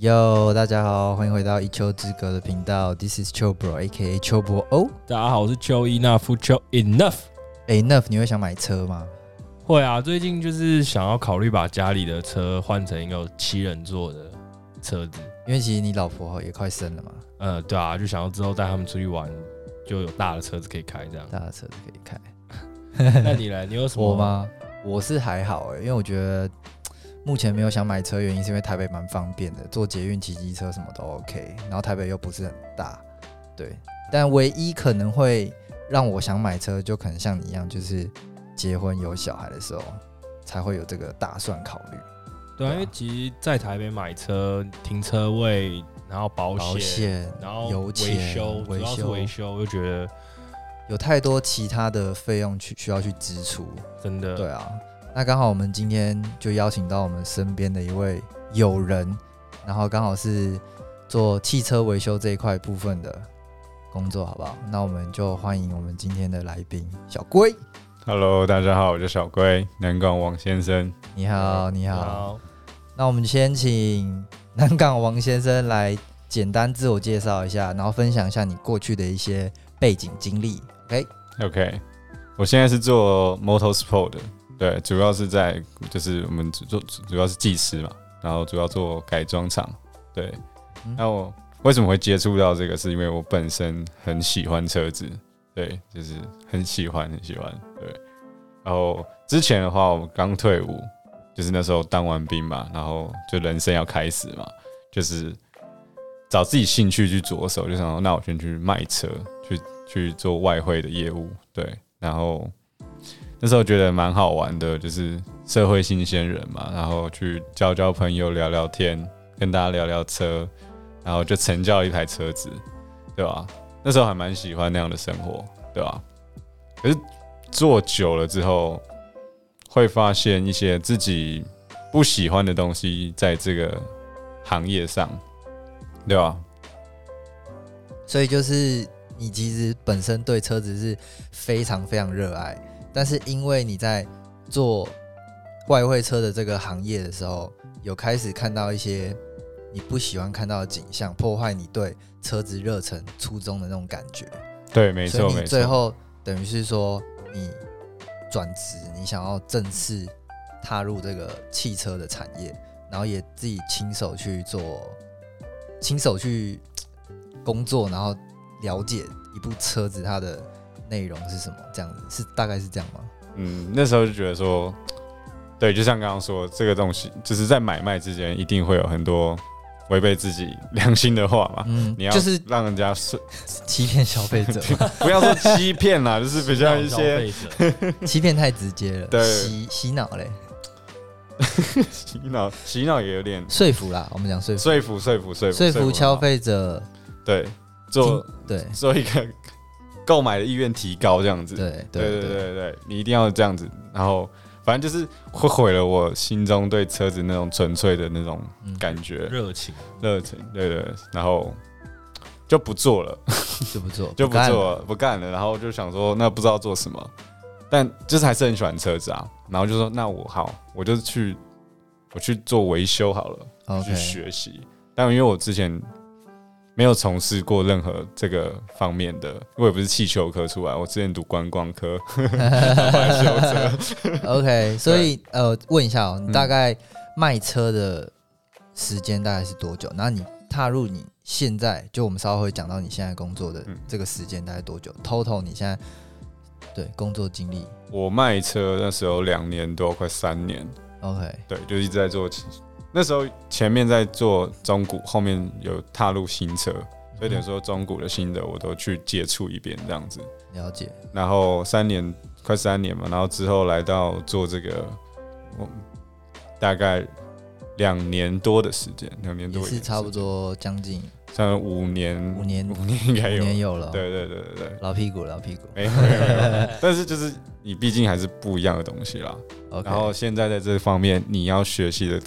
Yo，大家好，欢迎回到一丘之隔的频道，This is 秋 bro A.K.A 秋博 O。大家好，我是邱伊纳夫邱 Enough。哎，Enough，你会想买车吗？会啊，最近就是想要考虑把家里的车换成一个七人座的车子。因为其实你老婆也快生了嘛，呃，对啊，就想要之后带他们出去玩，就有大的车子可以开这 样。大的车子可以开。那你呢？你有什么？我？吗？我是还好哎、因为我觉得目前没有想买车，原因是因为台北蛮方便的，坐捷运、骑机车什么都 OK。然后台北又不是很大，对。但唯一可能会让我想买车，就可能像你一样，就是结婚有小孩的时候才会有这个打算考虑。对对啊，啊因为其实在台北买车，停车位，然后保保险、然后油维钱修，主维要是修维修，我就觉得有太多其他的费用去需要去支出。真的对啊，那刚好我们今天就邀请到我们身边的一位友人，然后刚好是做汽车维修这一块部分的工作，好不好？那我们就欢迎我们今天的来宾小龟。 Hello，大家好，我是小龟，南港王先生。你好，你呃然好。后那我们先请南港王先生来简单自我介绍一下，然后分享一下你过去的一些背景经历。OK， OK，我现在是做 motorsport 的，对，主要是在就是我们主做主要是技师嘛，然后主要做改装厂，对嗯。那我为什么会接触到这个？是因为我本身很喜欢车子，对，就是很喜欢很喜欢，对。然后之前的话，我刚退伍，就是那时候当完兵嘛，然后就人生要开始嘛，就是找自己兴趣去着手，就想说那我先去卖车，去去做外汇的业务，对，然后那时候觉得蛮好玩的，就是社会新鲜人嘛，然后去交交朋友、聊聊天，跟大家聊聊车，然后就成交了一台车子，对吧、那时候还蛮喜欢那样的生活，对吧、可是做久了之后，会发现一些自己不喜欢的东西在这个行业上，对吧、所以就是你其实本身对车子是非常非常热爱，但是因为你在做外汇车的这个行业的时候，有开始看到一些你不喜欢看到的景象，破坏你对车子热忱初衷的那种感觉。对，没所错，以没你错。最后等于是说你转职，你想要正式踏入这个汽车的产业，然后也自己亲手去做，亲手去嘖工作，然后了解一部车子它的内容是什么，这样子是大概是这样吗？嗯，那时候就觉得说，对，就像刚刚说，这个东西就是在买卖之间一定会有很多违背自己良心的话嘛。嗯，啊你要就是让人家说，欺骗消费 者嘛，不要说欺骗啦，就是比较一些让消费者欺骗太直接了，对洗洗脑嘞，洗脑，洗脑也有点说服啦，我们讲说服，说服，说服，说服，说服消嘛，费者，对，做对做一个 购买的意愿提高这样子。对对对对对，你一定要这样子，然后反正就是会毁了我心中对车子那种纯粹的那种嗯感觉、热情，热情，对对，对然后就不做了，就不做，就不干做了，不干了，然后就想说那不知道做什么，但就是还是很喜欢车子啊，然后就说那我好，我就去我去做维修好了，了去 OK，学习，但因为我之前。没有从事过任何这个方面的，我也不是汽修科出来，我之前读观光科， 然后来修车， OK，所以呃，问一下哦，你嗯大概卖车的时间大概是多久？然后你踏入你现在，就我们稍后会讲到你现在工作的嗯这个时间大概多久？Total 你现在对工作经历我卖车那时候两年多，快三年， ，OK，对，就一直在做。那时候前面在做中古，后面有踏入新车，所以等于说中古的新的我都去接触一遍这样子。了解，然后三年，快三年嘛，然后之后来到做这个，我大概两年多的时间，两年多也一点是差不时间，多将近像五年，五年，五年应该五有。年有了，对对对对对，老屁股，老屁股没有没有没有， 但是就是你毕竟还是不一样的东西啦。 ，OK，嗯然后现在在这方面，你要学习的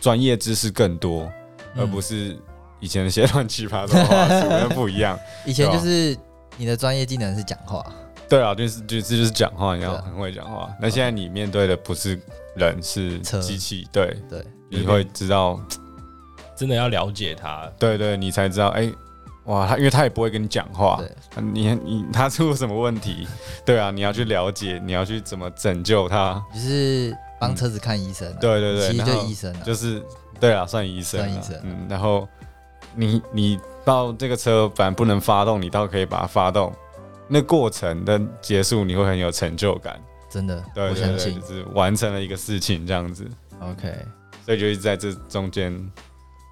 专业知识更多，而呃不嗯是以前那些乱七八糟的话术，那不一样。以前对啊就吧是你的专业技能是讲话，对啊，就是就这就是讲话，你要对啊很会讲话。那现在你面对的不是人，是车机器，对，对，你会知道真的要了解它。对对，你才知道，哎、哇，他因为他也不会跟你讲话对，啊你你他出了什么问题？对啊，你要去了解，你要去怎么拯救他，就是帮车子看医生、啊嗯对对对其实然就后医生啊，就是对啊，算医生啊，算医生嗯，然后你你到这个车反正不能发动，你倒可以把它发动，那过程的结束你会很有成就感，真的，对我对相对，信就。是完成了一个事情这样子， OK 所以就一直在这中间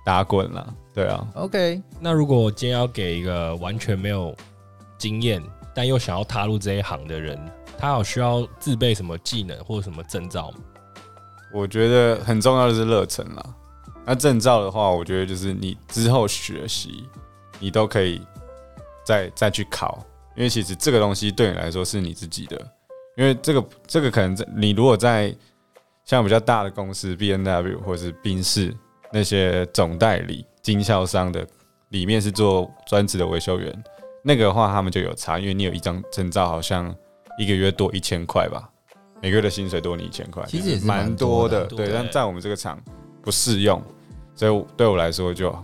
打滚了，对啊， OK，那如果我今天要给一个完全没有经验，但又想要踏入这一行的人，他有需要自备什么技能或者什么证照吗？我觉得很重要的是热忱啦。那证照的话，我觉得就是你之后学习，你都可以再再去考，因为其实这个东西对你来说是你自己的，因为这个这个可能在你如果在像比较大的公司 B N W 或是宾士那些总代理、经销商的里面是做专职的维修员，那个的话他们就有差，因为你有一张证照，好像一个月多一千块吧，每个月的薪水多你一千块，其实也是蛮蛮多的，的对，对但在我们这个厂不适用，所以我对我来说就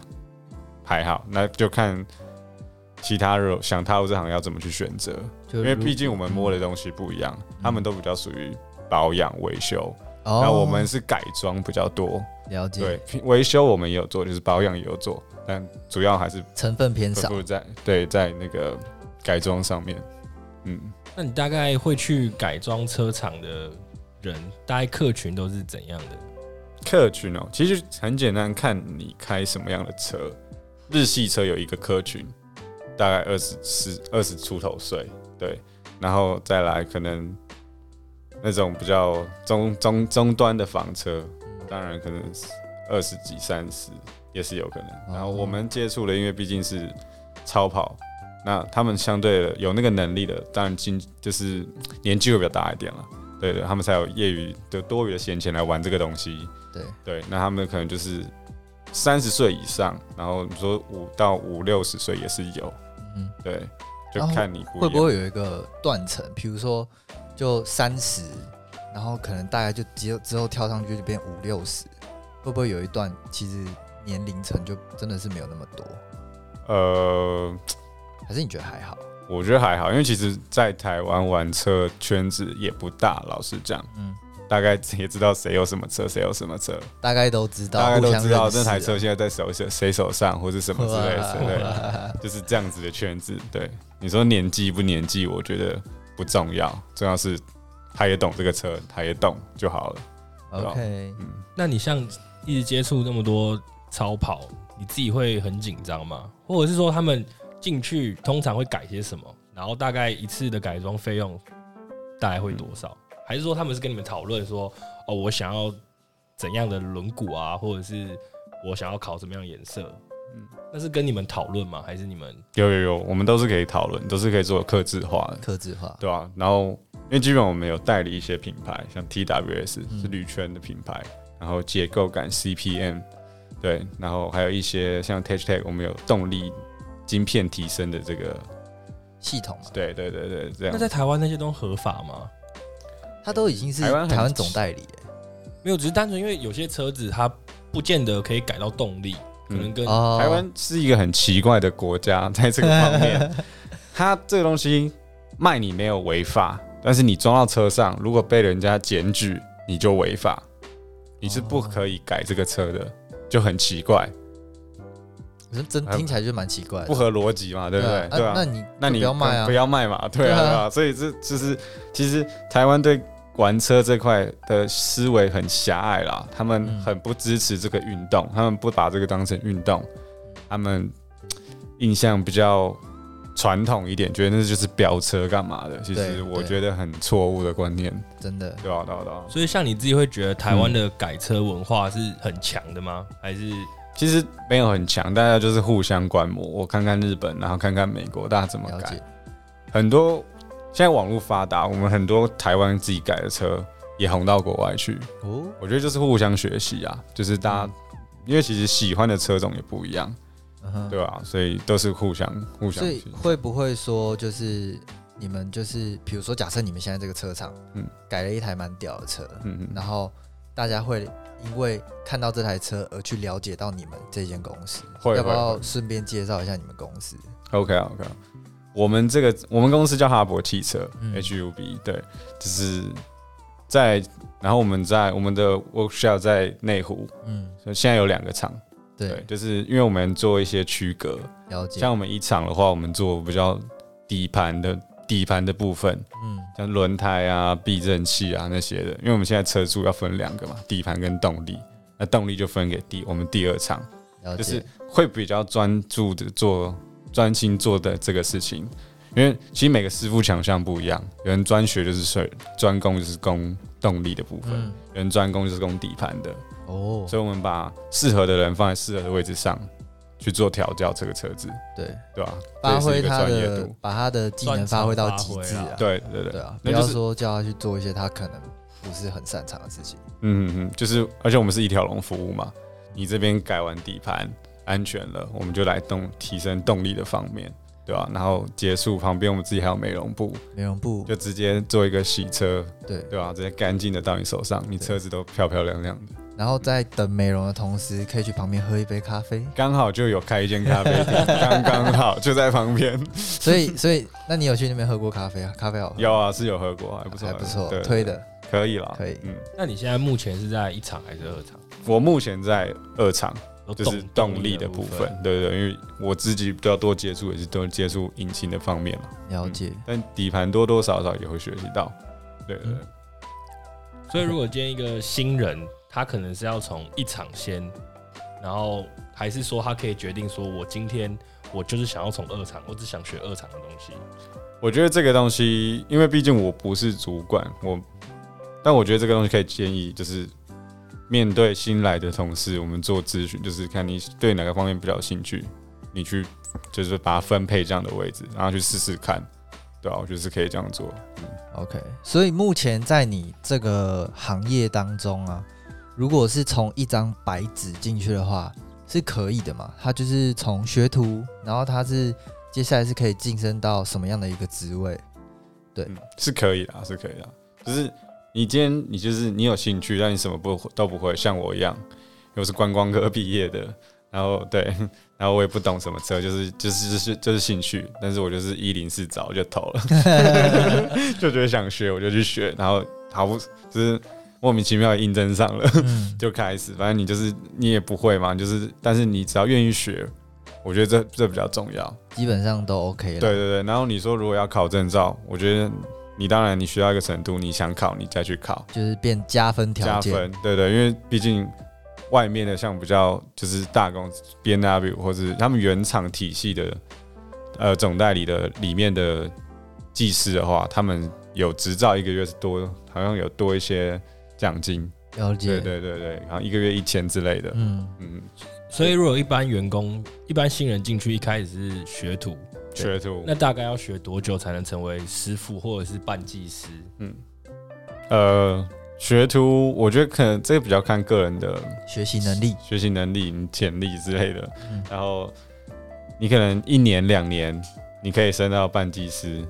还好，那就看其他人想踏入这行要怎么去选择，就因为如毕竟我们摸的东西不一样，他们都比较属于保养维修，哦，那我们是改装比较多，了解，对，维修我们也有做，就是保养也有做，但主要还是成分偏分少，布在对在那个改装上面，嗯。那你大概会去改装车厂的人，大概客群都是怎样的？客群哦、其实很简单，看你开什么样的车。日系车有一个客群，大概二十四、二十出头岁，对，然后再来可能那种比较中中中端的房车，当然可能二十几、三十也是有可能。然后我们接触的，因为毕竟是超跑，那他们相对的有那个能力的，当然经就是年纪会比较大一点了。对对，他们才有业余的多余的闲钱来玩这个东西。对对，那他们可能就是三十岁以上，然后你说五到五六十岁也是有，嗯，对，就然后看你不会一样不会有一个断层？比如说，就三十，然后可能大概就只有之后跳上去就变五六十，会不会有一段其实年龄层就真的是没有那么多？呃，还是你觉得还好？我觉得还好，因为其实，在台湾玩车圈子也不大，老实讲，嗯，大概也知道谁有什么车，谁有什么车，大概都知道，大概都互相知道认识啊这台车现在在手谁谁手上，或是什么之类的，对。哇就是这样子的圈子。对，你说年纪不年纪，我觉得不重要，重要是他也懂这个车，他也懂就好了。 OK，嗯，那你像一直接触那么多超跑，你自己会很紧张吗？或者是说他们进去通常会改些什么？然后大概一次的改装费用大概会多少？还是说他们是跟你们讨论说，哦，我想要怎样的轮毂啊，或者是我想要考什么样的颜色？嗯嗯，那是跟你们讨论吗？还是你们有有有，我们都是可以讨论，都是可以做克制化的，克制化，对吧、然后因为基本我们有代理一些品牌，像 TWS 嗯是铝圈的品牌，然后结构感 CPM，对，然后还有一些像 t e c h Tech，我们有动力晶片提升的这个，嗯系统嘛，对对对对，这啊那在样。台湾那些都合法吗？他都已经是台湾很台湾总代理耶，没有，只是单纯因为有些车子它不见得可以改到动力，可能跟、哦台湾是一个很奇怪的国家，在这个方 面，它这个东西卖你没有违法，但是你装到车上，如果被人家检举，你就违法，你是哦不可以改这个车的，就很奇怪，我说真还听起来就蛮奇怪的，不合逻辑嘛，对不对？对啊啊，那你那你就不要卖啊不，要卖嘛，对对啊，啊对啊，所以这就是其实台湾对玩车这块的思维很狭隘啦，他们嗯很不支持这个运动，他们不把这个当成运动，嗯他们印象比较传统一点，觉得那就是飙车干嘛的，其对实我对嗯觉得很错误的观念，真的。对吧、啊对吧、对吧、所以像你自己会觉得台嗯湾的改车文化是很强的吗？还是其实没有很强，大家就是互相观摩，我看看日本，然后看看美国，大家怎么了改解。，很多现在网络发达，我们很多台湾自己改的车也红到国外去。哦，我觉得就是互相学习啊，就是大家、因为其实喜欢的车种也不一样，嗯哼对吧、所以都是互相互相所以学习。会不会说，就是你们就是，比如说，假设你们现在这个车厂，嗯嗯，改了一台蛮屌的车，嗯嗯，然后大家会因为看到这台车而去了解到你们这间公司，会要不会要会顺便介绍一下你们公司？ OK 啊 OK，啊我们这个我们公司叫哈勃汽车、嗯 HUB，对，就是在然后我们在我们的 workshop 在内湖，嗯，所以现在有两个厂，对，对，就是因为我们做一些区隔，了解。像我们一厂的话，我们做比较底盘的底盘的部分，嗯，像轮胎啊、避震器啊那些的，因为我们现在车速要分两个嘛，底盘跟动力，那动力就分给第我们第二厂，了解。就是会比较专注的做专心做的这个事情，因为其实每个师傅强项不一样，有人专学就是水，专攻就是攻动力的部分，嗯，有人专攻就是攻底盘的，哦，所以我们把适合的人放在适合的位置上去做调教这个车子，对，对吧、这发也是挥一个他专业的度，，把他的技能发挥到极致啊。专对对对对啊，不那就要是说叫他去做一些他可能不是很擅长的事情。嗯嗯嗯，就是而且我们是一条龙服务嘛，你这边改完底盘安全了，我们就来动提升动力的方面，对吧、然后结束旁边我们自己还有美容部，美容部就直接做一个洗车，对，对吧、啊直接干净的到你手上，你车子都漂漂亮亮的。然后在等美容的同时，可以去旁边喝一杯咖啡。 刚好就有开一间咖啡厅，刚刚好就在旁边。所 以，所以，那你有去那边喝过咖啡啊？咖啡好喝，有啊，是有喝过，还不错，还不错对，，推的。可以啦，可以嗯，那你现在目前是在一场还是二场？我目前在二厂，有就是动力的部分，对对对，因为我自己比较多接触，也是多接触引擎的方面嘛。了解。但底盘多多少少也会学习到。对对对，所以如果今天一个新人，他可能是要从一场先，然后还是说他可以决定说，我今天我就是想要从二场，我只想学二场的东西。我觉得这个东西，因为毕竟我不是主管，我，但我觉得这个东西可以建议，就是面对新来的同事，我们做咨询，就是看你对哪个方面比较有兴趣，你去就是把它分配这样的位置，然后去试试看。对啊，我觉得是可以这样做。 OK，所以目前在你这个行业当中啊，如果是从一张白纸进去的话，是可以的嘛？他就是从学徒，然后他是接下来是可以晋升到什么样的一个职位？对嗯，是可以的啊，是可以的啊。就是你今天你就是你有兴趣，但你什么不都不会，像我一样，我是观光科毕业的，然后对， 然后我也不懂什么车，就是就是就是就是兴趣，但是我就是一零四早就投了， 就觉得想学我就去学，然后毫不就是莫名其妙地应征上了，嗯， 就开始，反正你就是你也不会嘛，你就是但是你只要愿意学，我觉得这这比较重要。基本上都 OK 了。对对对，然后你说如果要考证照，我觉得你当然你学到一个程度，你想考你再去考就是变加分条加件。分，对对，因为毕竟外面的像比较就是大公司 B N W 或是他们原厂体系的呃总代理的里面的技师的话，他们有执照一个月是多，好像有多一些奖金，了解。对对对对，然后一个月一千之类的，嗯，嗯，所以如果一般员工、一般新人进去一开始是学徒，学徒嗯那大概要学多久才能成为师傅或者是半技师？嗯呃。学徒，我觉得可能这个比较看个人的学习能力。学习能力、你潜力之类的。嗯然后你可能一年两年，你可以升到半技师，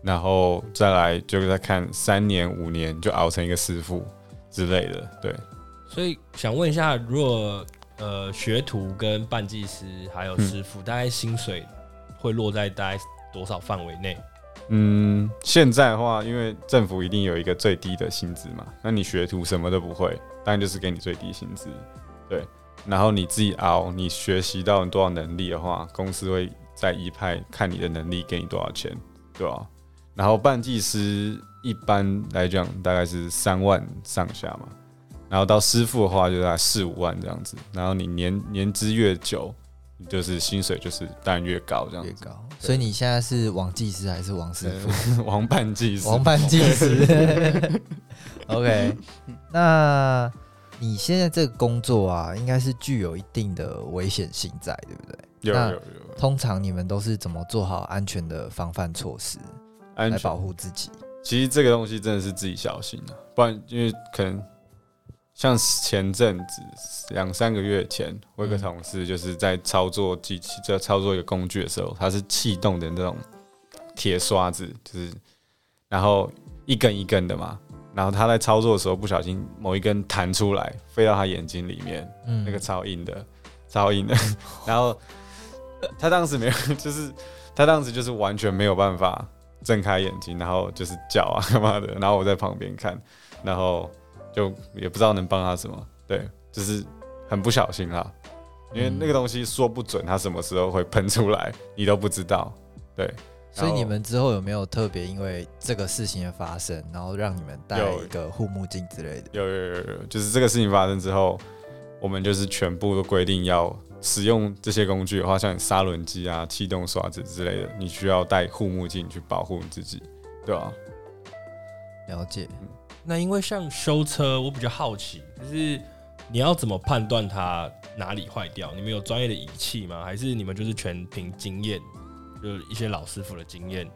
然后再来就再看三年五年就熬成一个师傅之类的。对，所以想问一下，如果呃学徒跟半技师还有师傅，大概薪水会落在大概多少范围内？嗯，现在的话，因为政府一定有一个最低的薪资嘛，那你学徒什么都不会，当然就是给你最低薪资。对，然后你自己熬，你学习到多少能力的话，公司会再一派看你的能力给你多少钱，对吧、然后半技师一般来讲大概是三万上下嘛，然后到师傅的话就大概四五万这样子，然后你年年资越久，你就是薪水就是当然越高这样越子。高，所以你现在是王技师还是王师傅？ 王半技师，王半技师。OK，那你现在这个工作啊，应该是具有一定的危险性在，对不对？有有那有。通常你们都是怎么做好安全的防范措施安来全保护自己？其实这个东西真的是自己小心啊，不然因为可能像前阵子两三个月前，我有个嗯同事就是在操作机器，在操作一个工具的时候，它是气动的那种铁刷子，就是然后一根一根的嘛，然后他在操作的时候不小心某一根弹出来，飞到他眼睛里面，嗯那个超硬的，超硬的。然后呃他当时没有， 就是他当时就是完全没有办法睁开眼睛，然后就是叫啊干嘛的， 然后我在旁边看，然后就也不知道能帮他什么，对，就是很不小心啦，因为那个东西说不准它什么时候会喷出来，你都不知道，对。所以你然后们之后有没有特别因为这个事情的发生，然后让你们戴有一个护目镜之类的？有有有有，有，就是这个事情发生之后，我们就是全部都规定要使用这些工具的话，像你砂轮机啊、气动刷子之类的，你需要戴护目镜去保护你自己，对啊吧、了解，嗯那因为像修车，我比较好奇，就是你要怎么判断它哪里坏掉？你们有专业的仪器吗？还是你们就是全凭经验，就是一些老师傅的经验，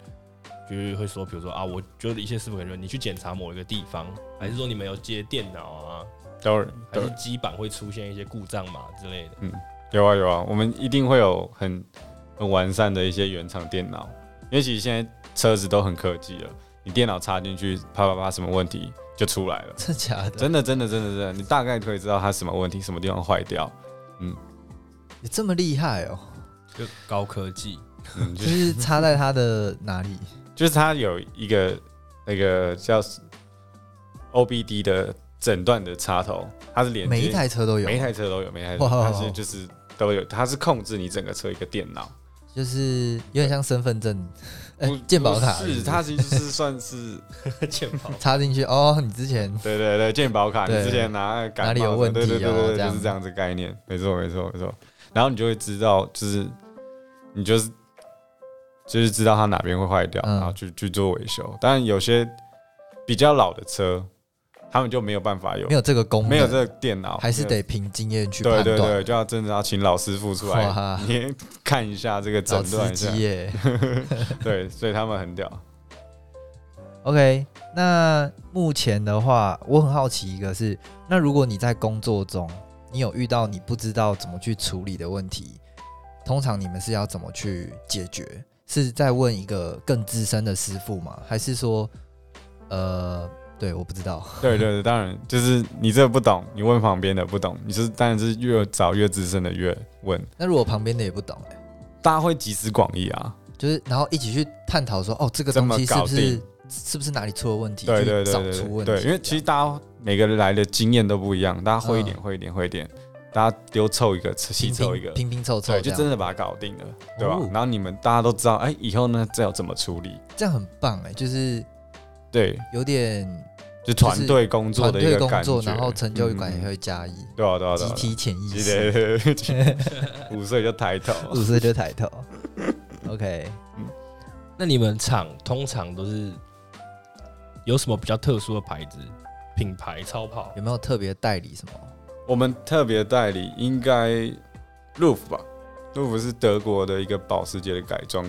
就是会说，比如说啊，我觉得一些师傅可能说你去检查某一个地方，还是说你们有接电脑啊，当然，还当是然基板会出现一些故障码之类的？有啊有啊，我们一定会有很很完善的一些原厂电脑，因为其实现在车子都很科技了，你电脑插进去，啪啪啪，什么问题就出来 了。真假的？真的，真的，真的，真的，你大概可以知道它什么问题，什么地方坏掉。你这么厉害哦？就高科技，嗯，就就是是插在他的哪里？就是它有一个那个叫 OBD 的诊断的插头，它是连接每一台车都有，每一台车都有，每一台车哇它是就是都有，它是控制你整个车一个电脑，就是有点像身份证，呃不，鉴宝卡不不是它其实是算是鉴宝插进去哦。你之前对对对鉴宝卡，你对之前拿感哪里有问题哦对对对这对对，样就是这样子概念，没错没错没错，然后你就会知道就是你就是。就是知道它哪边会坏掉，嗯然后去去做维修。当然，有些比较老的车，他们就没有办法有没有这个功能，没有这个电脑，还是没有得凭经验去对判对断。对，就要真的要请老师傅出哇来，你也看一下这个老诊断司一下机。耶。对，所以他们很屌。 OK，那目前的话，我很好奇一个是，那如果你在工作中，你有遇到你不知道怎么去处理的问题，通常你们是要怎么去解决？是在问一个更资深的师傅吗？还是说，呃，对，我不知道，对对对，当然就是你这个不懂，你问旁边的不懂，你就是当然是越找越资深的越问，那如果旁边的也不懂、欸，大家会集思广益啊。就是然后一起去探讨说，哦，这个怎东么西是搞不是定是不是哪里出了问题？对对去对找对出对问题这对，样，因为其实大家每个人来的经验都不一样，大家会一点嗯会一点会一点，大家丢凑一个，细拼凑一个拼，拼拼凑凑对，这就样，真的把它搞定了，对吧哦？然后你们大家都知道，哎，以后呢这要怎么处理？这样很棒哎、就是对，有点就团队工作团的一队个工感觉，作，然后成就感也嗯嗯嗯会加一，对啊对啊对集啊，体潜意集识，体集体五岁就抬头，五岁就抬头。OK，那你们厂通常都是有什么比较特殊的牌子、品牌超跑？有没有特别代理什么？我们特别代理应该 Roof 吧，Roof 是德国的一个保时捷的改装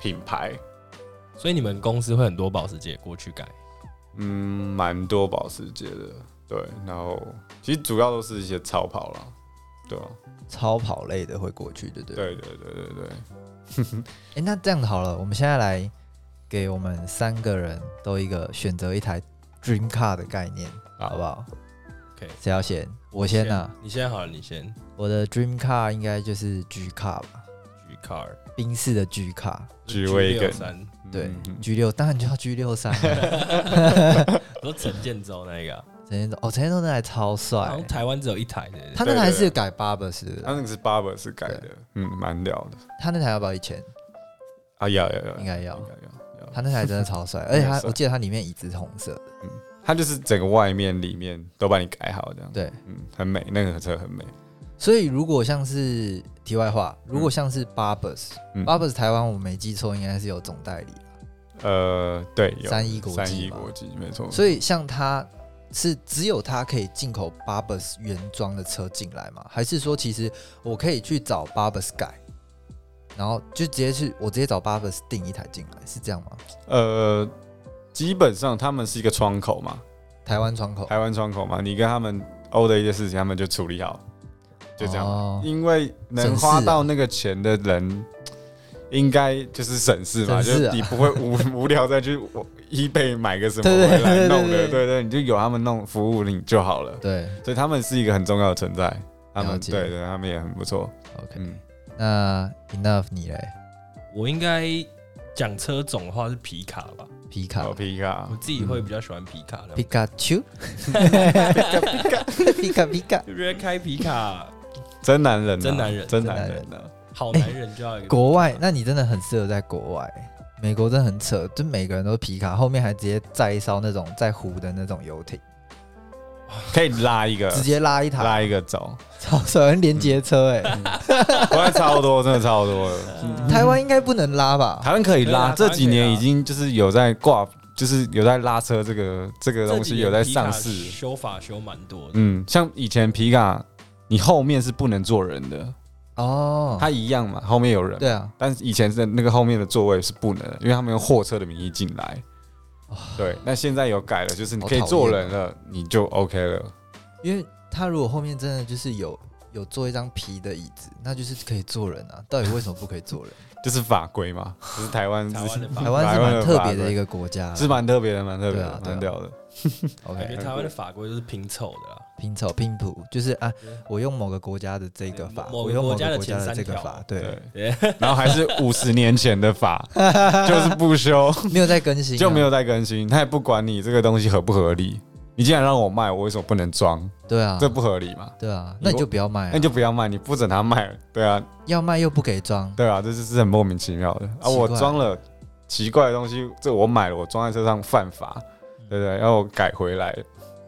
品牌，所以你们公司会很多保时捷过去改。嗯，蛮多保时捷的，对，然后其实主要都是一些超跑啦，对啊，超跑类的会过去，对不对？。对对对对对，哎、那这样好了，我们现在来给我们三个人都一个选择一台 dream car 的概念，好不好 OK 谁要先？我先呐、啊。你先好了，你先。我的 dream car 应该就是 G car 吧， G Car 宾士的 G car。 G 位 Wagon 三，对嗯嗯 G 六当然就要 G 六三。说陈建州那一个啊，陈建州哦，陈建州那台超好帅欸像，台湾只有一台的。他那台对啊是对改 Barbers 的它那个是 Barber 是改的，嗯，蛮屌的，他那台要不要一千？啊，要要要，应该要应。该要要他那台真的超帅，而且他帅我记得他里面椅子是红色的，它就是整个外面里面都把你改好这样。对。嗯，很美，那个车很美。所以如果像是题外话，如果像是 Barbers，Barbers、嗯 Barbers 台湾我没记错应该是有总代理，呃，对，有三一国际三一嘛国际，没错。所以像他是只有他可以进口 Barbers 原装的车进来吗？还是说其实我可以去找 Barbers 改，然后就直接去我直接找 Barbers 订一台进来，是这样吗？呃，基本上他们是一个窗口嘛，台湾窗口台湾窗口嘛，你跟他们欧的一些事情，他们就处理好，就这样。哦因为能省事啊花到那个钱的人，应该就是省事嘛，省事啊就是你不会无无聊再去 eBay 买个什么对对回来对对弄的，对对对对，你就有他们弄服务你就好了。对所以他们是一个很重要的存在，他了们解对对，他们也很不错。 ，OK，、嗯，那 enough 你嘞，我应该讲车种的话是皮卡吧，皮卡好啊皮卡我，自己会比较喜欢皮卡的嗯皮。卡 丘， 皮卡皮卡，就觉得开皮卡真男人啊，真男人真男真人呢？好男人就要有 一哎个皮卡国外，那你真的很适合在国外。美国真的很扯，就每个人都是皮卡，后面还直接载一艘那种在湖的那种游艇，可以拉一个，直接拉一台，呃拉一个走，超扯，连接车哎、国外超多，真的超多的。台湾应该不能拉吧？ 台湾可以对啊拉，这几台湾可以年拉已经就是有在挂，就是有在拉车这个这个这东几西年有在皮卡上市。修法修蛮多的。嗯，像以前皮卡，你后面是不能坐人的，哦，它一样嘛，后面有人。对啊，但是以前的那个后面的座位是不能的，因为他们用货车的名义进来。哦对，那现在有改了，就是你可以好讨坐厌人了，你就 OK 了。因为他如果后面真的就是有有做一张皮的椅子，那就是可以坐人啊。到底为什么不可以坐人？就是法规嘛，就是台湾台湾的法嗯台湾是蛮特别的一个，个国家啦，是蛮特别的，蛮特别对啊的，对啊蛮屌的。我觉 OK 得台湾的法规都是拼凑的啊啦，拼凑拼谱，就是啊对，我用某个国家的这个法，某某我个用某国家个的国家前的三这个条法，对，对，然后还是五十年前的法，就是不修，没有在更新啊，就没有再更新，他也不管你这个东西合不合理。你既然让我卖，我为什么不能装？对啊，这不合理嘛？对啊，那你就不要卖啊那你，就不要卖，你不准他卖，对啊，要卖又不给装，对啊，这就是很莫名其妙的啊！奇怪我装了奇怪的东西，这我买了，我装在车上犯法，对不对？要我改回来，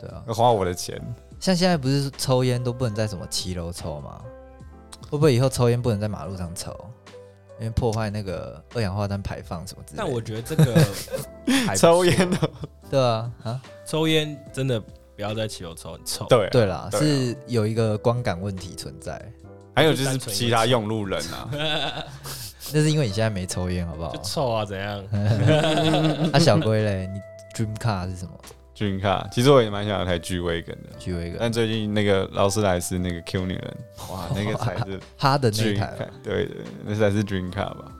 对啊，要花我的钱。像现在不是抽烟都不能在什么骑楼抽吗？会不会以后抽烟不能在马路上抽？因为破坏那个二氧化碳排放什么之类的。但我觉得 这个还不错抽烟的，对啊啊，抽烟真的不要在骑楼抽，很臭。对啊对啦，对啊是有一个光感问题存在，还有就是其他用路人啊， 那是因为你现在没抽烟，好不好 就？臭啊，怎样？嗯啊，小龟嘞，你 dream car 是什么？俊卡，其实我也蛮想要台 G Wagon 的，举一个但最近那个劳斯莱斯那个 Q 女人， 哇，那个才是哈的那一 Dream 台 Car，对对，那才是 Dream Car 吧？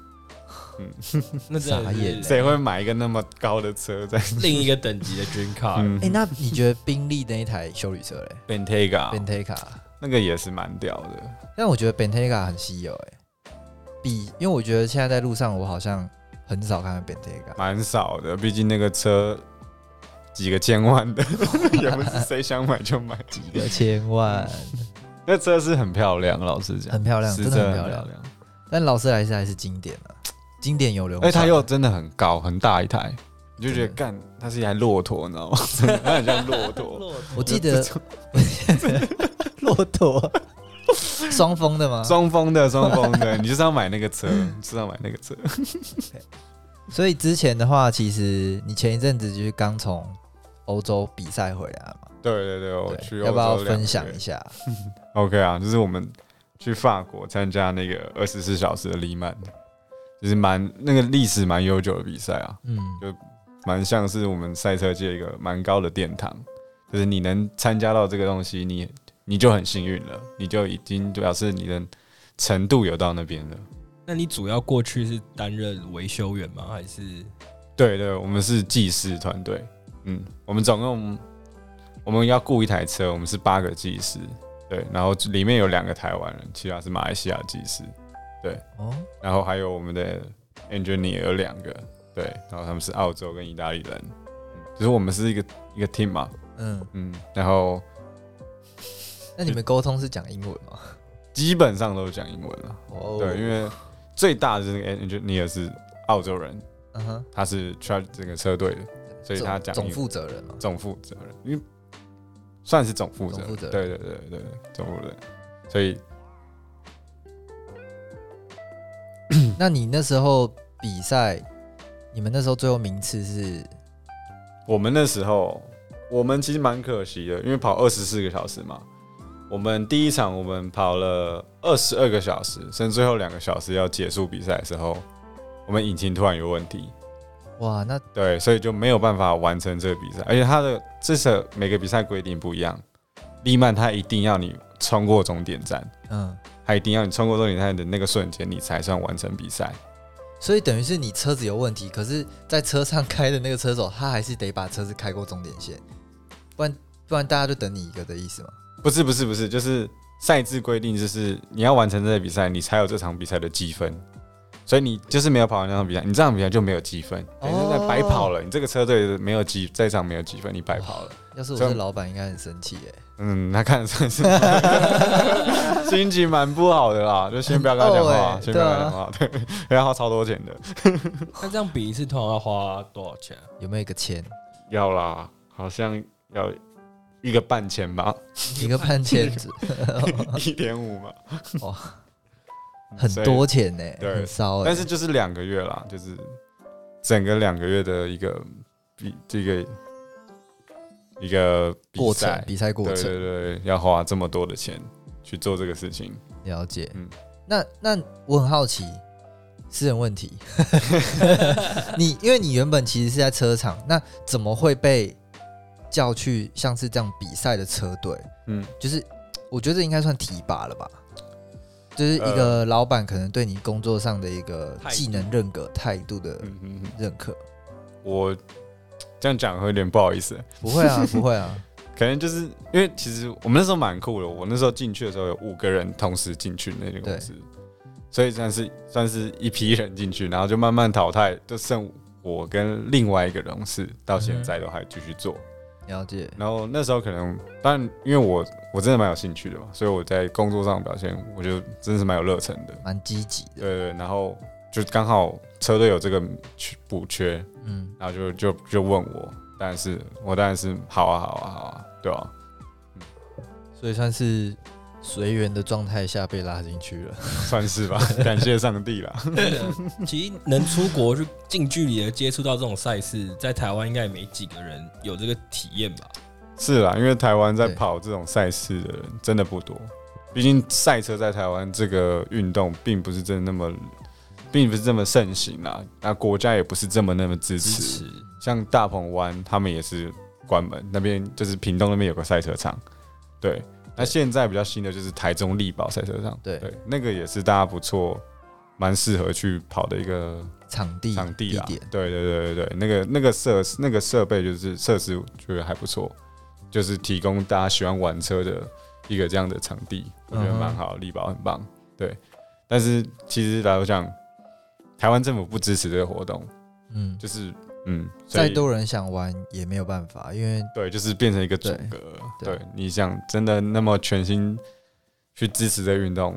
那真傻的眼是谁会买一个那么高的车在？ 另一个等级的 dream car。哎、那你觉得宾利那一台修旅车嘞 Bentayga ，Bentayga？ 那个也是蛮屌的，但我觉得 Bentayga 很稀有哎、比因为我觉得现在在路上我好像很少看到 Bentayga，蛮少的，毕竟那个车几个千万的， 也不是谁想买 就买。几个千万，那车是很漂亮，老实 讲，很漂亮，是真的很漂亮。。但劳斯莱斯还是经典啊，经典有流哎，传。它又真的很高，很大一台，你就觉得真的干，它是一台骆驼，你知道吗？ 真的它很像骆 驼。我记得 骆驼，双峰的吗？双峰的，双峰的，你就是要买那个车，你就是要买那个车。所以之前的话，其实你前一阵子就是刚从欧洲比赛回来嘛，对对对，我哦去对，欧洲要不要两个月分享一下？ OK 啊，就是我们去法国参加那个二十四小时的黎曼，就是蛮那个历史蛮悠久的比赛啊，嗯，蛮像是我们赛车界一个蛮高的殿堂。就是你能参加到这个东西，你你就很幸运了，你就已经表示你的程度有到那边了。 那你主要过去是担任维修员吗？还是对对，我们是技师团队，嗯，我们总共我们要雇一台车，我们是八个技师，对，然后里面有两个台湾人，其他是马来西亚技师，哦，然后还有我们的 engineer 有两个，对，然后他们是澳洲跟意大利人，嗯就是我们是一个一个 team 嘛，嗯，嗯，然后那你们沟通是讲英文吗？基本上都是讲英文了，哦，对，因为最大的这个 engineer 是澳洲人，嗯哼，他是 charge 整个车队的，所以他总讲英总文负责人嘛，总负责人，因为算是总负责总负责人对对对对对，总负责人，所以嗯那你那时候比赛，你们那时候最后名次是我们那时候，我们其实蛮可惜的，因为跑二十四个小时嘛。我们第一场我们跑了二十二个小时，甚至最后两个小时要结束比赛的时候，我们引擎突然有问题，哇，那对，所以就没有办法完成这个比赛。而且它的这是每个比赛规定不一样，利曼它一定要你冲过终点站，嗯，它一定要你冲过终点站的那个瞬间，你才算完成比赛。所以等于是你车子有问题，可是在车上开的那个车手，他还是得把车子开过终点线，不然不然大家就等你一个的意思嘛。不是不是不是，就是赛制规定，就是你要完成这个比赛，你才有这场比赛的积分。所以你就是没有跑完那场比赛，你这场比赛就没有积分，哦等于是在白跑了。你这个车队没有积，这一场没有积分，你白跑了。要是我这是样老板，应该很生气耶、嗯，他看得出 来是心情蛮不好的啦，就先不要跟他讲很怄话，欸先不要跟他讲话，对， 要花超多钱的。那这样比一次通常要花多少 钱啊？有没有一个 签，要啦，好像要一个半钱 吧，一个半 签子，一点五嘛。哦，很所以多钱呢、对很骚哎、但是就是两个月啦，就是整个两个月的一个比这个一个比过程赛，比赛过对程对对，要花这么多的钱去做这个事情。了解。嗯那那我很好奇，私人问题， 你因为你原本其实是在车场，那怎么会被叫去像是这样比赛的车队？嗯，就是我觉得应该算提拔了吧，就是一呃个老板可能对你工作上的一个态度技能认可态度的嗯嗯嗯，认可。我这样讲会有点不好意思，不会 啊，不会啊，可能就是因为其实我们那时候蛮酷的，我那时候进去的时候有五个人同时进去那间公司，所以算是算是一批人进去，然后就慢慢淘汰，就剩我跟另外一个同事到现在都还继续做。了解。然后那时候可能，但因为我我真的蛮有兴趣的嘛，所以我在工作上的表现，我觉得真的是蛮有热忱的。蛮积极对的，对对，然后就刚好车队有这个缺补缺，嗯，然后就就就问我，当然是我当然是好啊好啊好啊，对啊。所以算是随缘的状态下被拉进去了。算是吧， 感谢上帝啦。 其实能出国去近距离的接触到这种赛事，在台湾应该也没几个人有这个体验吧？是啦，因为台湾在对跑这种赛事的人真的不多，毕竟赛车在台湾这个运动并不是真的那么，并不是这么盛行啦。那国家也不是这么那么支支持，持像大鹏湾他们也是关门，那边就是屏东那边有个赛车场，对。那现在比较新的就是台中力宝赛车场，对对，那个也是大家不错，蛮适合去跑的一个场地、场地啦，啊点，对对对对对，那个那个设施那个设备就是设施，觉得还不错，就是提供大家喜欢玩车的一个这样的场地，我觉得嗯哼蛮好，力宝很棒，对。但是其实来讲，台湾政府不支持这个活动，嗯，就是嗯，所再以多人想玩也没有办法，因为对，就是变成一个阻隔。对对，你想真的那么全心去支持这个运动，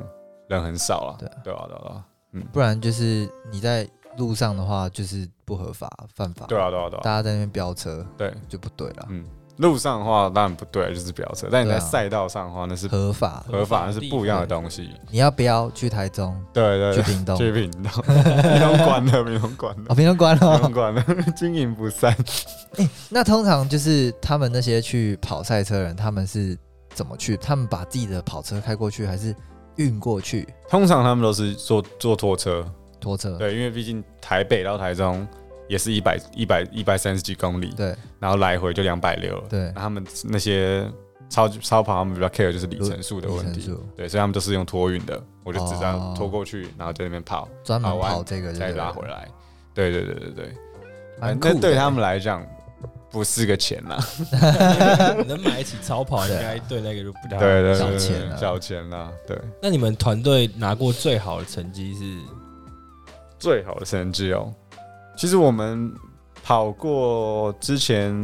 人很少了，对对啊啊，对啊，对啊，不然就是你在路上的话就是不合法、犯法，对啊，对啊，对大啊，家在那边飙车对。就不对了，嗯，路上的话当然不对，就是飙车。但你对啊在赛道上的话，那是合法。合法，那是不一样的东西。你要不要去台 中、对对去对，屏东？去屏 东，屏东关了，屏东关哦，了，屏东关屏了东。关了， 经营不善。 那通常就是他们那些去跑赛车的人，他们是怎么去？他们把自己的跑车开过去，还是运过去通常他们都是坐坐拖车，拖车？对，因为毕竟台北到台中也是一百一百一百三十几公里，对然后来回就两百六了。对那他们那些超超跑，他们比较 care 就是里程数的里问程题，数对，所以他们都是用托运的，我就只哦这样拖过去，然后在那边跑，专门跑完跑这个就再哦对拉回了，来。对对对对对，蛮那酷的对他们来讲不是个钱啦，能买得起 超跑，啊应该对那个就不对大。对对，小对钱啊小钱啦，对，那你们团队拿过最好的成绩是？最好的成绩哦。其实我们跑过之前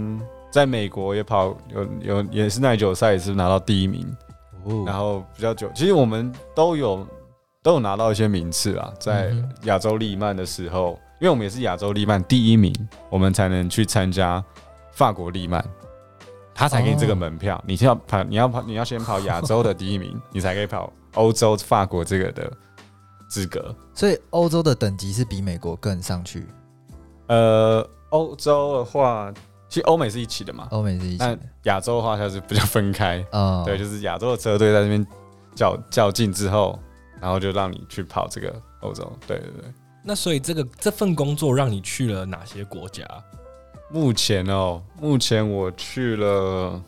在美国也跑有有也是耐久赛，也是拿到第一名，然哦，后比较久，其实我们都有都有拿到一些名次啊，在嗯哼亚洲力曼的时候，因为我们也是亚洲力曼第一名，我们才能去参加法国力曼，他才给你这个门哦票。你先要跑，你要跑，你要先跑亚洲的第一名，你才可以跑欧洲法国这个的资格。所以欧洲的等级是比美国更上去，呃，欧洲的话，其实欧美是一起的嘛，欧美哦是一起那的，亚洲的话它是比较分开。嗯，对，就是亚洲的车队在那边较较劲之后，然后就让你去跑这个欧洲。对对对，那所以这个这份工作让你去了哪些国家？目前哦，目前我去了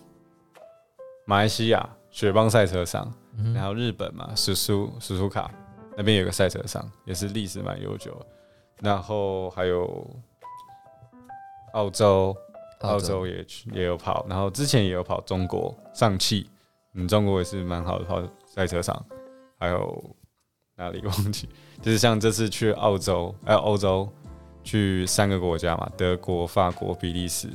马来西亚雪邦赛车场，嗯然后日本嘛，史苏史苏卡那边有个赛车场，也是历史蛮悠久的。然后还有澳洲，澳澳洲也去也有跑，然后之前也有跑中国上汽，嗯，中国也是蛮好的跑赛车场，还有哪里 忘记，就是像这次去澳洲，还有欧洲去三个国家嘛，德国、法国、比利时，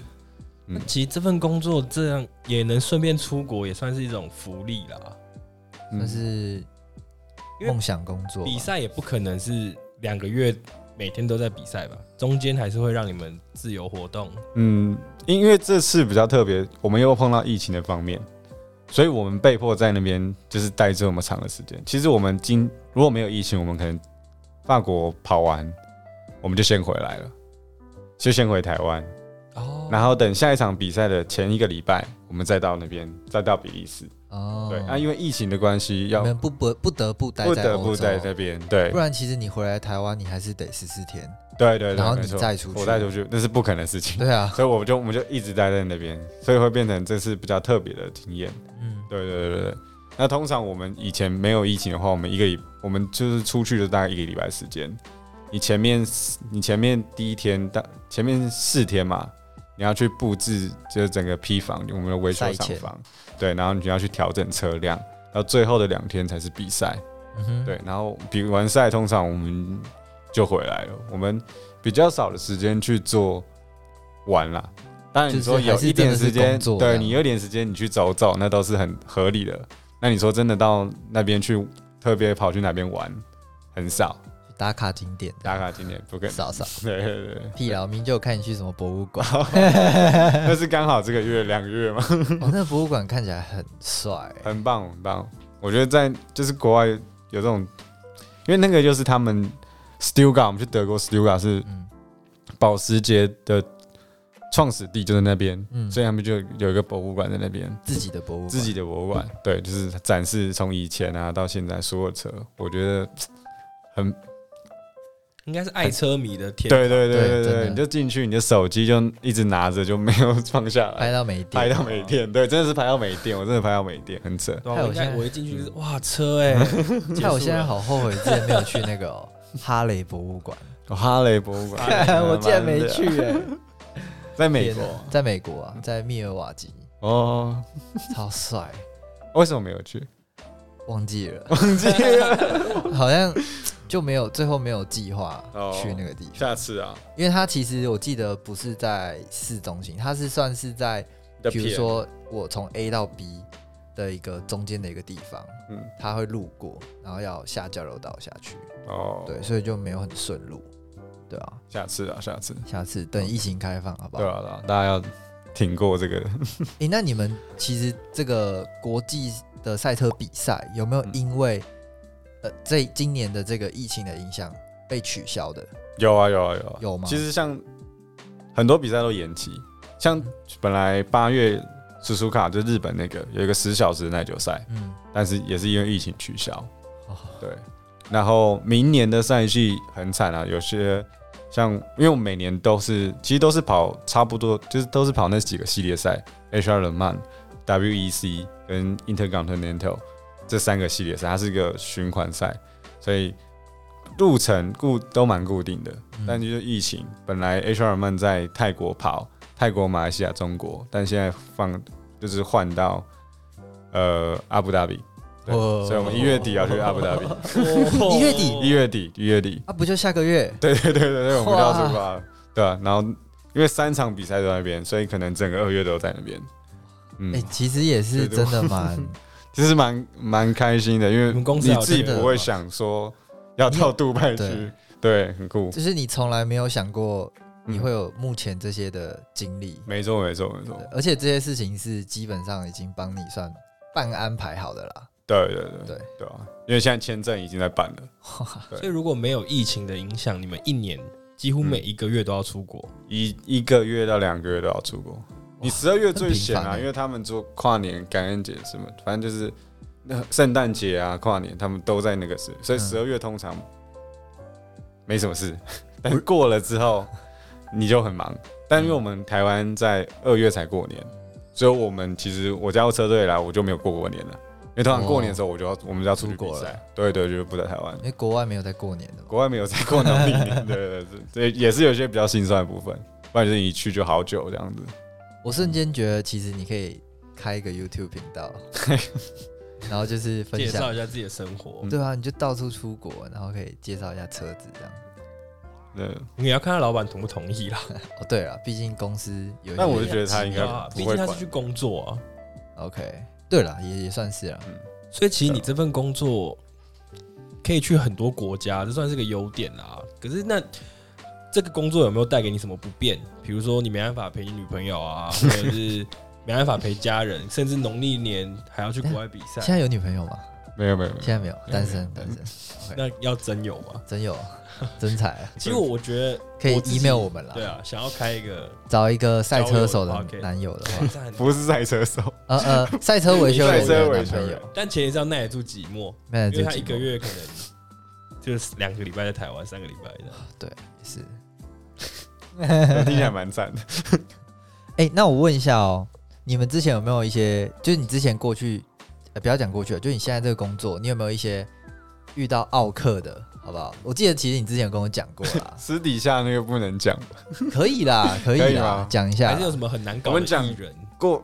嗯其实这份工作这样也能顺便出国，也算是一种福利啦。嗯那是因为梦想工作吧比赛也不可能是两个月每天都在比赛吧，中间还是会让你们自由活动。嗯，因为这次比较特别，我们又碰到疫情的方面，所以我们被迫在那边就是待这么长的时间。其实我们今如果没有疫情，我们可能法国跑完，我们就先回来了，就先回台湾，哦然后等下一场比赛的前一个礼拜，我们再到那边，再到比利时。哦，对，啊，因为疫情的关系，你要们不不不得不待不在得欧不洲在那边。对嗯不，然其实你回来台湾，你还是得十四天。对对对，然后没你错再出去我带出去，那是不可能的事情。对啊，所以我们就我们就一直待在那边，所以会变成这次比较特别的经验。嗯，对对对对对。那通常我们以前没有疫情的话，我们一个礼我们就是出去就大概一个礼拜时间。你前面你前面第一天大前面四天嘛，你要去布置就是整个坯房，我们的维修赛厂前房，对，然后你要去调整车辆，到最后的两天才是比赛。嗯哼，对，然后比完赛，通常我们就回来了，我们比较少的时间去做玩啦。当然你说就是还有是一点真的是时间工，作这对样你有点时间你去走走，那都是很合理的。那你说真的到那边去特别跑去哪边玩，很少打卡景点打卡景点不跟，少少 对对对，屁啦，我明天就有看你去什么博物 馆。但是刚好这个月两个月嘛， 哦，那博物馆看起来很帅，很棒很棒。我觉得在就是国外有这种，因为那个就是他们 Stuttgart，我们去德国 Stuttgart 是嗯保时捷的创始地就在那边，嗯，所以他们就有一个博物馆在那边，自己的博物馆，自己的博物馆，对，就是展示从以前啊到现在所有车，我觉得很应该是爱车迷的天堂。对对对对对真对，的你就进去，你的手机就一直拿着就没有放下拍来，到没电，拍到没电，对，真的是拍到没电，我真的拍到没电，很扯。对啊，害我我应该现在我一进去就是哇 车哎、欸，害我现在好。好后悔之前没有去那个 哦哈雷博物馆，，哦哈雷博物 馆我竟然没 去，哎，在美天国哪在美国啊，在密尔瓦基，哦， 超帅，为什么没有去？忘记了，忘记了，好像就没有最后没有计划哦去那个地方，下次啊，因为它其实我记得不是在市中心，它是算是在的比如片说我从 A 到 B 的一个中间的一个地方，嗯它会路过，然后要下交流道下去，哦，对，所以就没有很顺路，对啊，下次啊，下次。下次等疫情开放好不好？对啊，对啊，大家要挺过这个。诶，那你们其实这个国际的赛车比赛有没有嗯因为、呃这今年的这个疫情的影响被取消的？有啊，有啊，有啊。有吗其实像很多比赛都延期，像本来八月苏苏卡就日本那个有一个十小时的耐久赛，嗯，但是也是因为疫情取消。哦，对，然后明年的赛季很惨啊，有些像因为我们每年都是其实都是跑差不多，就是都是跑那几个系列赛，HR 冷曼、WEC E 跟 Intercontinental 这三个系列赛，它是一个循环赛，所以路程固都蛮固定的。嗯但就是疫情，本来 HR 冷曼在泰国跑，泰国、马来西亚、中国，但现在放就是换到呃阿布达比。对，哦所以我们一月底 要去阿布达比，一月底一月底，一月底， 啊，不就下个月？对对对对对，我们就要哇出发了，对啊，然后因为三场比赛都在那边，所以可能整个二月都在那边，哎、嗯，其实也是对对真的蛮， 其实蛮蛮开心的，因为你们公司还你有自己这个不会想说要到杜拜去对，对，很酷，就是你从来没有想过你嗯会有目前这些的经历，没错没错没错对，而且这些事情是基本上已经帮你算半安排好的啦。 对对对对，对啊，因为现在签证已经在办了，所以如果没有疫情的影响，你们一年几乎每一个月都要出国。嗯一一个月到两个月都要出国，你十二月很最频闲繁啊，欸因为他们做跨年、感恩节什么，反正就是那圣诞节啊、跨年，他们都在那个时，所以嗯十二月通常没什么 事，但过了之后你就很忙。但因为我们台湾在二月才过年，所以我们其实我加入车队来，我就没有过过年了。因为通常过年的时候我就要我们就要出去哦出比国赛了，对对，就是不在台湾因，为国外没有在过年的嘛。国外没有在过农历年，对对对，这也是有一些比较心酸的部分，不然就是你一去就好久这样子，我瞬间觉得，其实你可以开一个 YouTube 频 道，然后就是分介享绍一下自己的生活嗯。对啊，你就到处出国，然后可以介绍一下车子这样。嗯，你要看他老板同不同意啦。哦，对了，毕竟公司有一些，但我就觉得他应该对啊不毕会竟他是管去工作啊。 OK。对了，也也算是了。所以其实你这份工作可以去很多国家，这算是个优点啦。可是那这个工作有没有带给你什么不便？比如说你没办法陪你女朋友 啊，或者是没办法陪家人，甚至农历年还要去国外比 现赛，在有女朋友吗？没有没有没有，现在没嗯有，单身没单有身，那要真有吗？真有，啊 真才，其实我觉得可以我自己 email 我们啦对。啊，想要开一个找一个赛车手交友的的话男友的话，赞， 不是赛车手，呃 呃，赛车维修赛员车的维男修朋员友，，但前提是要耐得住寂寞，那因就为他寂一个寞月可能就是两个礼拜在台湾，三个礼拜的。是。听起来蛮赞的。，哎、那我问一下哦，你们之前有没有一些，就是你之前过去，呃、不要讲过去了，就你现在这个工作，你有没有一些遇到奥克的，好不好？我记得其实你之前有跟我讲过啦私底下那个不能讲，可以啦，可可以以啦吗，讲一下还是有什么很难搞我的们讲艺人？过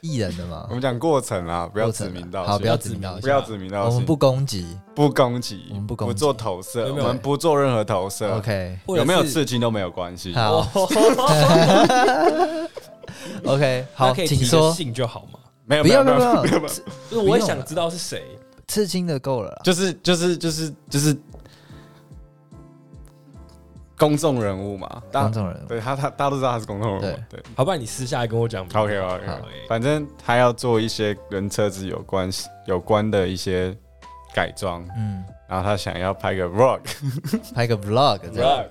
艺人的嘛我，们讲过程啊，不要过程指啊名道好姓，不要指名道不姓要指名道我姓，们不攻击不攻击，我们不攻击做投射，有没我有们不做任何投射。 ，OK，或者有没有是哦刺青都没有关系。好，OK， 他好，可以请提个说，姓就好嘛。啊没有不没要有没不有要没不要，有，没有刺就是我也想知道是谁，刺青的够了啦，就是就是就是就是公众人物嘛，大公众人物，对他他大家都知道他是公众人物嘛，对。好不然你私下来跟我讲。欸 OK OK，好反正他要做一些跟车子有关系有关的一些改装，嗯，然后他想要拍 个 vlog 拍个 vlog 这样， vlog，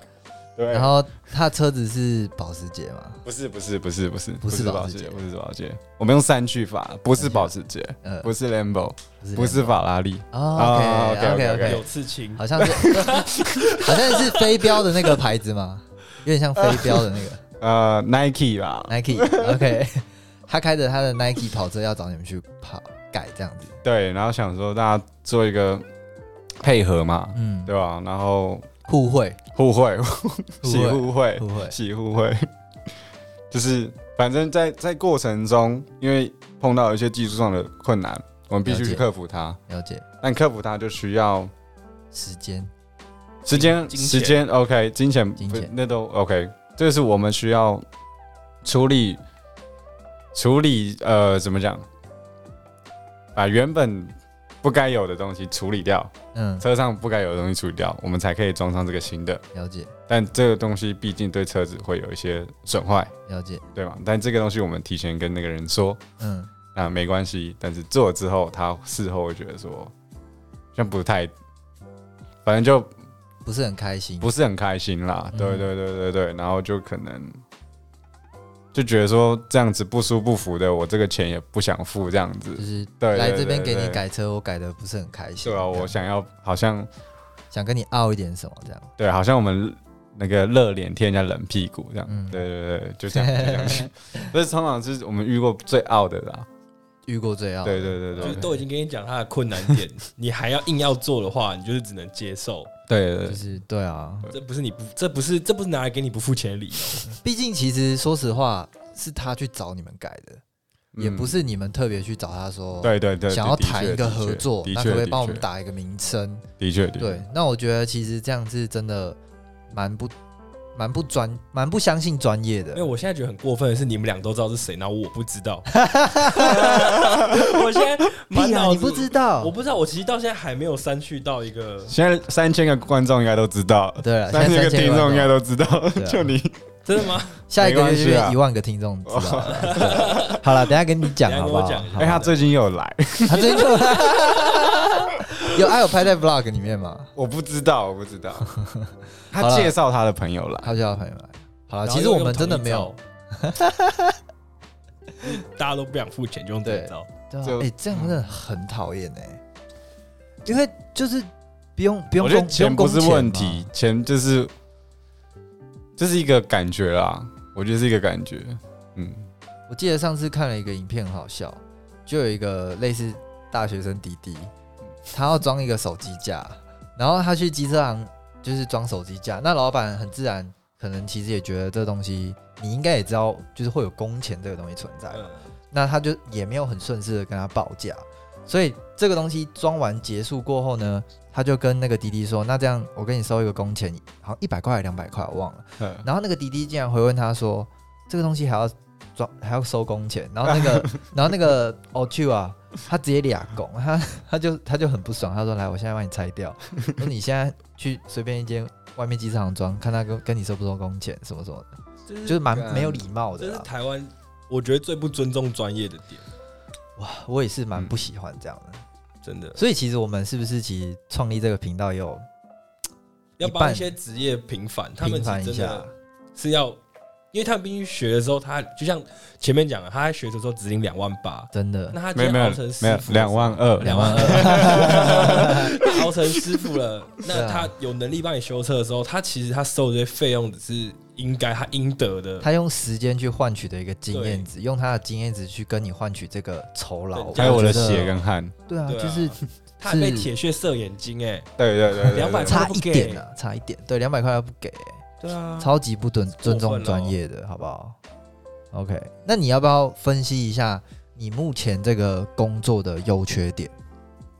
对，然后他车子是保时捷嘛，不是不是不是不是不是保时捷不是保时捷，我们用三句法，不是保时捷，呃，不是 Lambo，是不是法法拉利，啊哦 OK OK ，OK，OK，OK OK，有刺青，好像是， 好像是飞镖的那个牌子嘛，有点像飞镖的那个呃，Nike 啦， Nike。OK，他开着他的 Nike 跑车要找你们去跑改这样子。对，然后想说大家做一个配合嘛，嗯，对吧？然后互惠，互惠， 喜互惠，互惠。喜互惠， 就是反正在在过程中，因为碰到一些技术上的困难，我们必须了去解克服它，了解，但克服它就需要时间时间，金时钱间，OK，金钱，金不钱那都 OK，这是我们需要处理处理，呃，怎么讲？把原本不该有的东西处理掉，嗯，车上不该有的东西处理掉，我们才可以装上这个新的。了解，但这个东西毕竟对车子会有一些损坏，了解，对吗？但这个东西我们提前跟那个人说，嗯，那没关系。但是做了之后，他事后会觉得说，好像不太，反正就不是很开心。不是很开心啦。嗯对对对对对，然后就可能就觉得说这样子不舒不服的，我这个钱也不想付这样子就。是对，来对这边对给你对改车，我改的不是很开心。对啊，我想想要好像想跟你拗一点什么这样。对，啊好像我们那个热脸贴人家冷屁股这样。嗯对对对，就这样就这样。 所以通常是我们遇过最傲的啦。遇过最傲，对对对就是对都已经跟你讲他的困难 点，你还要硬要做的话，你就是只能接受。对对就对，是对啊，这不是你不，这不是这不是拿来给你不付钱的理由。毕竟其实说实话，是他去找你们改的，也不嗯。是你们特别去找他说，对对对，哦想要谈一个合作，的那确可不可的以确帮我们？打一个名称？的确的确，对，那我觉得其实这样是真的蛮不蛮不专蛮不相信专业因的为。我现在觉得很过分的是，你们俩都知道是谁，然后我不知 道。我现在满屁啊，脑你子不知道我？不知道，我其实到现在还没有删去到一个，现在三千个观众应该都知道，对啊了，现三在千三个千听众应万，该都知道，啊就你真的吗？下一个月就没关系啊变一万个听众知道了。对好了，等一下跟你讲 等一下好跟不我好？讲一下好哎、他最近又有来，他最近 就有他有拍在 vlog 里面嘛？我不知道，我不 知道。好他了介绍他的朋友来，他就要朋友来。好了，然后啊其实又我用们真的同一没有 招，大家都不想付钱就用这一招。对啊就嗯哎，这样真的很讨厌哎，因为就是不用不用我觉得公钱用公不是问嘛题，钱就是这是一个感觉啦，我觉得是一个感觉，嗯，我记得上次看了一个影片，很好笑，就有一个类似大学生滴滴，他要装一个手机架，然后他去机车行就是装手机架，那老板很自然，可能其实也觉得这东西你应该也知道，就是会有工钱这个东西存在，嗯那他就也没有很顺势的跟他报价，所以这个东西装完结束过后呢，他就跟那个滴滴说，那这样我跟你收一个工钱，好像一百块还两百块，我忘了。嗯然后那个滴滴竟然回问他说：“这个东西还要装，还要收工钱。”然后 那个，然后那个哦去啊，他直接俩拱，他他就他就很不爽，他说：“来，我现在帮你拆 掉，说你现在去随便一间外面机场装，看他跟跟你收不收工钱，什么什么的，这就是蛮干没有礼貌的这是啦。台湾我觉得最不尊重专业的点，哇，我也是嗯蛮不喜欢这样的。真的所以其实我们是不是其实创立这个频道也有要一帮一半些职业平反，他们平是反一真下的？是要，因为他们必须学的时候，他就像前面讲的，他在学的时候只领两万八，真的那他今没有天没有熬成没师有傅两万二，嗯两万二，二， 他熬成师 傅了，是那啊他有能力帮你修车的时候，他其实他收的这些费用只是应该他应得的，他用时间去换取的一个经验对值，用他的经验值去跟你换取这个酬劳。对还有我的觉得血跟汗，对啊，对啊就是他还被是铁血射眼睛哎、对对对对，对200差一点啊，差一点，对，两百块不给，对啊，超级不尊尊过重分了专业的，好不好？OK，那你要不要分析一下你目前这个工作的优缺点？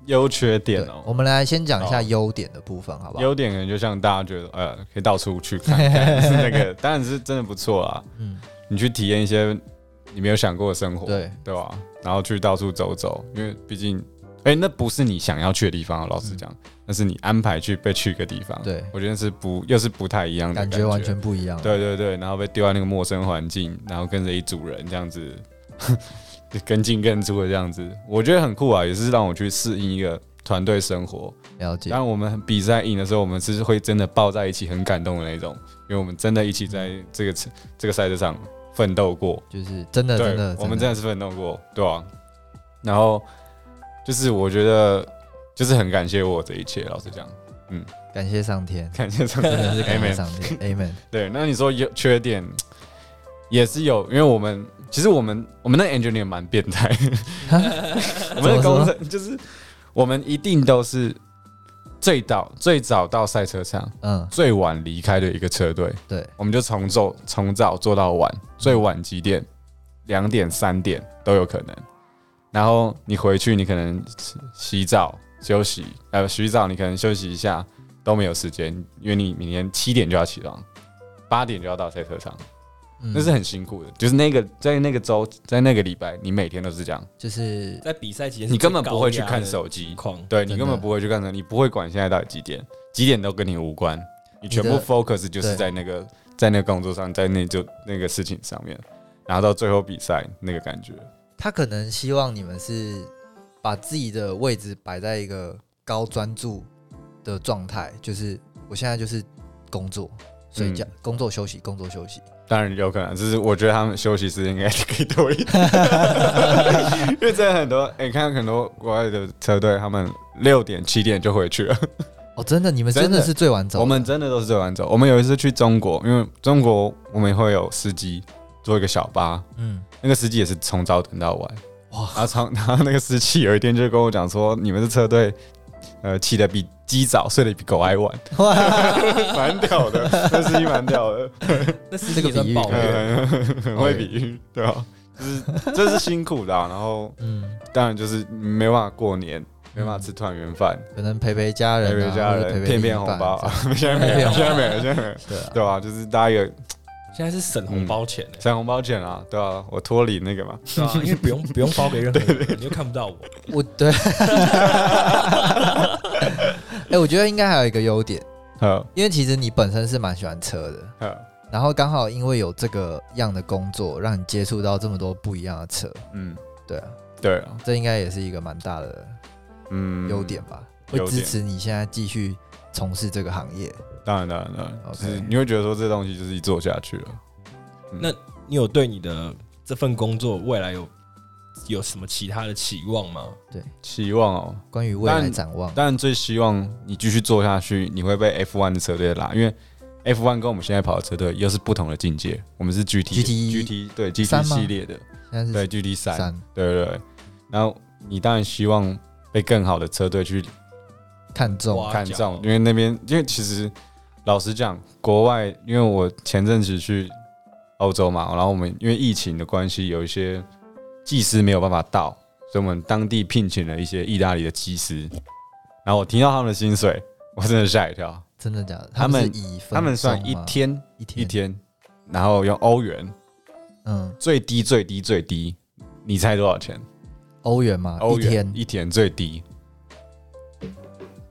优缺点对哦我。们来先讲一下好优点的部分，好不好？优点可能就像大家觉得，呃，可以到处去看看，是 那个当然是真的不错啊。嗯，你去体验一些你没有想过的生活，对，对吧、然后去到处走走，因为毕竟，哎、那不是你想要去的地方、老实讲，那是你安排去被去一个地方。对我觉得是不又是不太一样的感感觉完全不一样。对对对，然后被丢在那个陌生环境，然后跟着一组人这样子， 就跟进跟出的这样子，我觉得很酷啊，也是让我去适应一个团队生活。了解。当我们比赛赢的时候，我们是会真的抱在一起，很感动的那种，因为我们真的一起在这个这个赛事上奋斗过。就是真的，对，真的，我们真真的是奋斗过，对啊。然后就是我觉得，就是很感谢我这一切，老实讲，的感谢上 天，感谢上真 的帝是感谢 Amen 上天，Amen。对，那你说有缺点也是有，因为我们其实我们我们那 engineer 蛮变态， 我怎们的么工说程就是我们一定都是最早最早到赛车场，嗯，最晚离开的一个车队，对，我们就从早从早做到晚，最晚几点？两点、三点都有可能。然后你回去，你可能洗洗澡、休息，呃，洗澡你可能休息一下都没有时间，因为你明天七点就要起床，八点就要到赛车场，嗯 那是很辛苦的。就是那个在那个周，在那个礼拜，你每天都是这样，就是在比赛期间你根本不会去看手机情，况，对真你的根本不会去干涉，你不会管现在到底几点，几点都跟你无关，你全部你的 focus 就是在那个在那个工作上，在那就那个事情上面，然后到最后比赛那个感觉，他可能希望你们是把自己的位置摆在一个高专注的状态，就是我现在就是工作、睡嗯觉、工作、休息、工作、休息。当然有可能，就是我觉得他们休息时间应该可以多一点， 因为真的很多，哎、你看很多国外的车队，他们六点七点就回去了，哦，真的，你们真真的的是最晚走的，我们真的都是这样走。我们有一次去中国，因为中国我们会有司机做一个小巴，嗯，那个司机也是从早等到晚，哇哇！然后从然后那个司机有一天就跟我讲说，你们这车队，呃，起得比鸡早，睡得比狗还晚， 蛮屌的，那司机蛮 屌的，那是这个也算比喻抱怨。哎很 很会比喻，对吧？就是这是辛苦的啊、然后嗯，当然就是没办法过年，没办法吃团圆饭，可能陪陪家人、啊，陪陪家或者陪人，陪骗另一骗红半包这样， 现在没骗骗有，红现在没了，现在没了，对啊，对吧？就是大家有现在是省红包钱哎、塞红包钱啊，对吧？我脱离那个嘛， 对啊，因为不用不用包给任何人，你又看不到我。我 对，哎、我觉得应该还有一个优点，呵因为其实你本身是蛮喜欢车的，呵，然后刚好因为有这个样的工作，让你接触到这么多不一样的车，嗯，对啊，对啊，这应该也是一个蛮大的嗯，优点吧，嗯会优支点持你现在继续从事这个行业。当然，当然，当然 OK 就是你会觉得说这东西就是一做下去了。你有对你的这份工作未来有有什么其他的期望吗？期望哦，关于未来展望，当然最希望你继续做下去，你会被 F1 的车队拉，因为 F1 跟我们现在跑的车队又是不同的境界，我们是 GT GT GT 对 GT 三吗系列的，现在对是 GT 三，三，对对对。然后你当然希望被更好的车队去看中哇看角哦中，因为那边因为其实老实讲，国外因为我前阵子去欧洲嘛，然后我们因为疫情的关系，有一些技师没有办法到，所以我们当地聘请了一些意大利的技师，然后我听到他们的薪水，我真的吓一跳，真的假的？他们们是以分他们算钟一吗天一天一，天，然后用欧元嗯，最低最低最低，你猜多少钱？欧元嘛，欧啊一元天一天最低，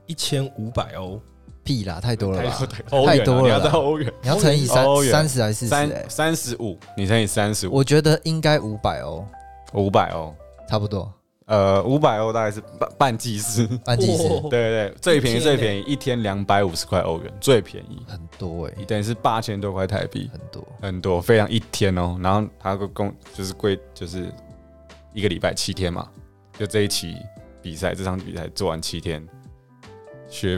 一千五百欧，屁啦，太多了太吧？欧太元多啊了你要啦到欧元。你要乘以三欧元三十还是四十？哎 三，三十五，你乘以三十五，我觉得应该五百欧，五百哦欧，差不多呃，五百欧大概是半半技师，半计时哇 对对对，最便宜一天最欸便宜，一天两百五十块欧元，最便宜，很多哎，等于是八千多块台币，很多很多，非常一天哦。然后他个工就是贵，就是一个礼拜七天嘛，就这一期比赛，这场比赛做完七天，学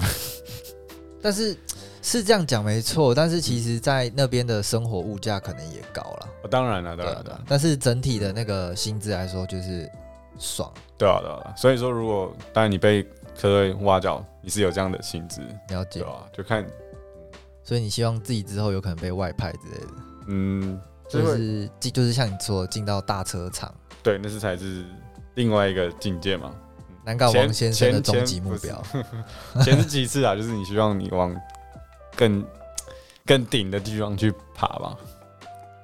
但是是这样讲没错，但是其实，在那边的生活物价可能也高了，哦 当然了，对当然啊了，对当然啊了，但是整体的那个薪资来说，就是爽，对啊，对啊。对啊所以说，如果当然你被科队挖角，你是有这样的薪资，了对啊解。吧？就看，所以你希望自己之后有可能被外派之类的，嗯，就就是是进，就是像你说的进到大车厂，对，那是才是另外一个境界嘛。难搞王先生的终前前极目标。 钱是其次啊，就是你希望你往更更顶的地方去爬吧。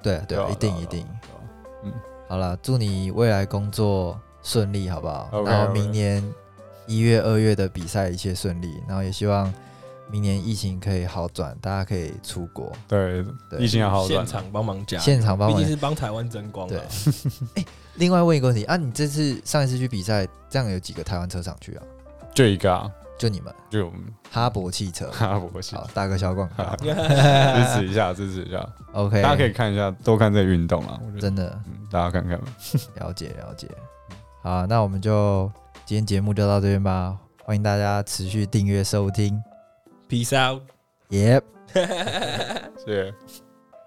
对啊对啊，啊一定啊一定。对啊好了，祝你未来工作顺利，好不好 OK，然后 OK 明年一月、二月的比赛一切顺利，然后也希望明年疫情可以好转，大家可以出国。对，对，疫情要好啊现转。场帮忙加油，现场帮毕我竟们。是帮台湾争光啊对了。，哎，另外问一个问题啊，你这次上一次去比赛，这样有几个台湾车厂去啊？就一个啊，就你们就我们，哈勃汽车 哈勃系好，大哥小广告 支持一下，支 持一下， ，OK，大家可以看一下，多看这个运动啊，我觉得，真的嗯，大家看看吧。了解了解。好，那我们就今天节目就到这边吧，欢迎大家持续订阅收听。 Peace out。 Yep. 谢谢。